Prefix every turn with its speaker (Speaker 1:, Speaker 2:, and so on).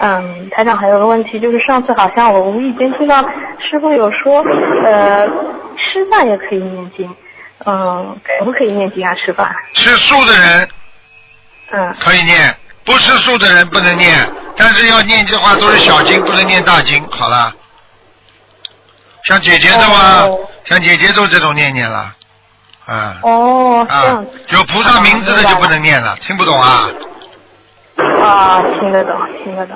Speaker 1: 嗯，台长还有个问题，就是上次好像我无意间听到师傅有说，呃，吃饭也可以念经，嗯、可不可以念经啊？吃饭？
Speaker 2: 吃素的人
Speaker 1: 嗯，
Speaker 2: 可以念，不吃素的人不能念，但是要念这话都是小经，不能念大经。好了，像姐姐咒啊，
Speaker 1: 哦
Speaker 2: 像姐姐咒这种念念了，啊、
Speaker 1: 哦，这
Speaker 2: 啊
Speaker 1: 样子，
Speaker 2: 有菩萨名字的就不能念了，听不懂啊？
Speaker 1: 啊，听得懂，听得懂。